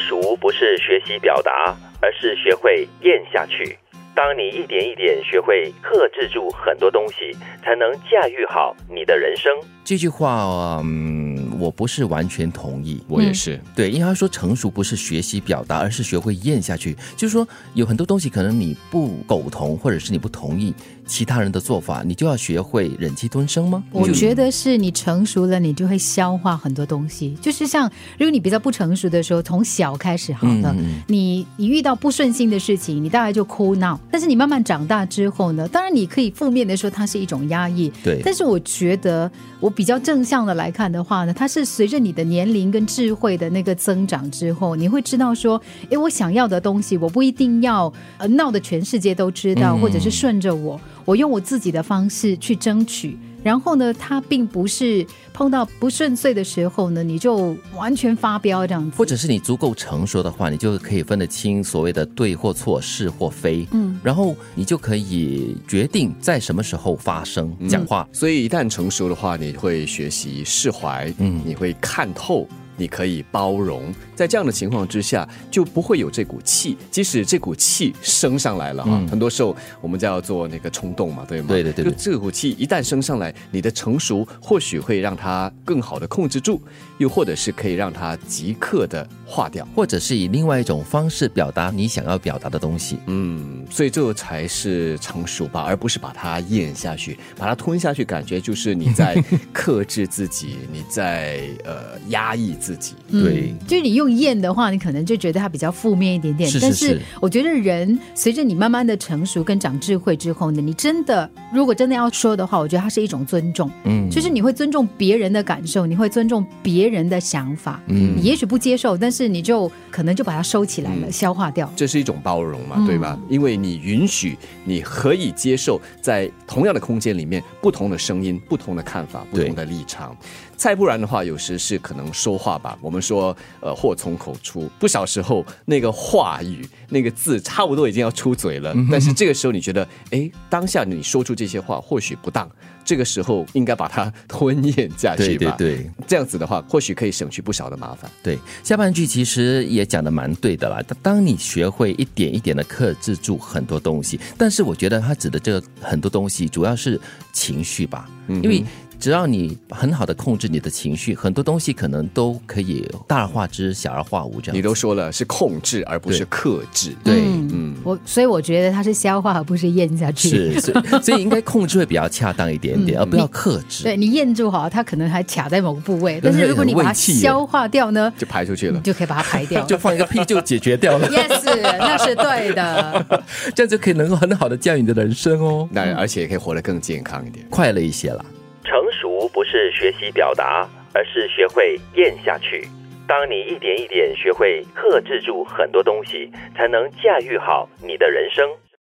熟不是学习表达，而是学会咽下去。当你一点一点学会克制住很多东西，才能驾驭好你的人生。这句话，嗯，我不是完全同意。我也嗯是，对，因为他说成熟不是学习表达，而是学会咽下去。就是说，有很多东西可能你不苟同，或者是你不同意其他人的做法，你就要学会忍气吞声吗？嗯我觉得是你成熟了，你就会消化很多东西。就是像，如果你比较不成熟的时候，从小开始好了，嗯你你遇到不顺心的事情，你大概就哭闹。但是你慢慢长大之后呢，当然你可以负面的说它是一种压抑，对，但是我觉得，我比较正向的来看的话呢，它是随着你的年龄跟智慧的那个增长之后，你会知道说，诶，我想要的东西，我不一定要呃闹得全世界都知道，嗯或者是顺着我，我用我自己的方式去争取。然后呢，它并不是碰到不顺遂的时候呢，你就完全发飙这样子，或者是你足够成熟的话，你就可以分得清所谓的对或错、是或非。嗯，然后你就可以决定在什么时候发声、讲话。所以一旦成熟的话，你会学习释怀，嗯，你会看透。你可以包容，在这样的情况之下，就不会有这股气。即使这股气升上来了哈，啊很多时候我们叫做那个冲动嘛，对吗？嗯对的对的就这股气一旦升上来，你的成熟或许会让它更好的控制住，又或者是可以让它即刻的化掉。或者是以另外一种方式表达你想要表达的东西。嗯，所以这才是成熟吧，而不是把它咽下去，把它吞下去，感觉就是你在 克制自己，你在呃压抑自己。对，就是你用厌的话，你可能就觉得它比较负面一点点。是是但是是我觉得人随着你慢慢的成熟跟长智慧之后呢，你真的如果真的要说的话，我觉得它是一种尊重，嗯，就是你会尊重别人的感受，你会尊重别人的想法，嗯，你也许不接受，但是你就可能就把它收起来了，嗯消化掉。这是一种包容嘛，对吧？因为你允许，你可以接受在同样的空间里面不同的声音、不同的看法、不对同的立场。再不然的话，有时是可能说话吧，我们说呃祸从口出，不少时候那个话语、那个字差不多已经要出嘴嗯了，但是这个时候你觉得，哎，当下你说出这些话或许不当，这个时候应该把它吞咽下去对对吧。对。这样子的话，或许可以省去不少的麻烦。对，下半句其实也讲的蛮对的啦。当你学会一点一点的克制住很多东西，但是我觉得他指的这个很多东西主要是情绪吧，嗯因为。只要你很好的控制你的情绪，很多东西可能都可以大而化之，小而化无这样子。你都说了是控制，而不是对克制。对，嗯，我所以我觉得它是消化而不是咽下去。是，所以所以应该控制会比较恰当一点嗯点，而呃不要克制。对你咽住好，它可能还卡在某个部位，但是对如果你把它很胃气耶消化掉呢，就排出去你了。就可以把它排掉。 就放一个屁就解决掉 了， Yes，那是对的。这样就可以能够很好的驾驭你的人生哦，那而且也可以活得更健康一点。快乐一些啦。成熟不是学习表达，而是学会咽下去。当你一点一点学会克制住很多东西，才能驾驭好你的人生。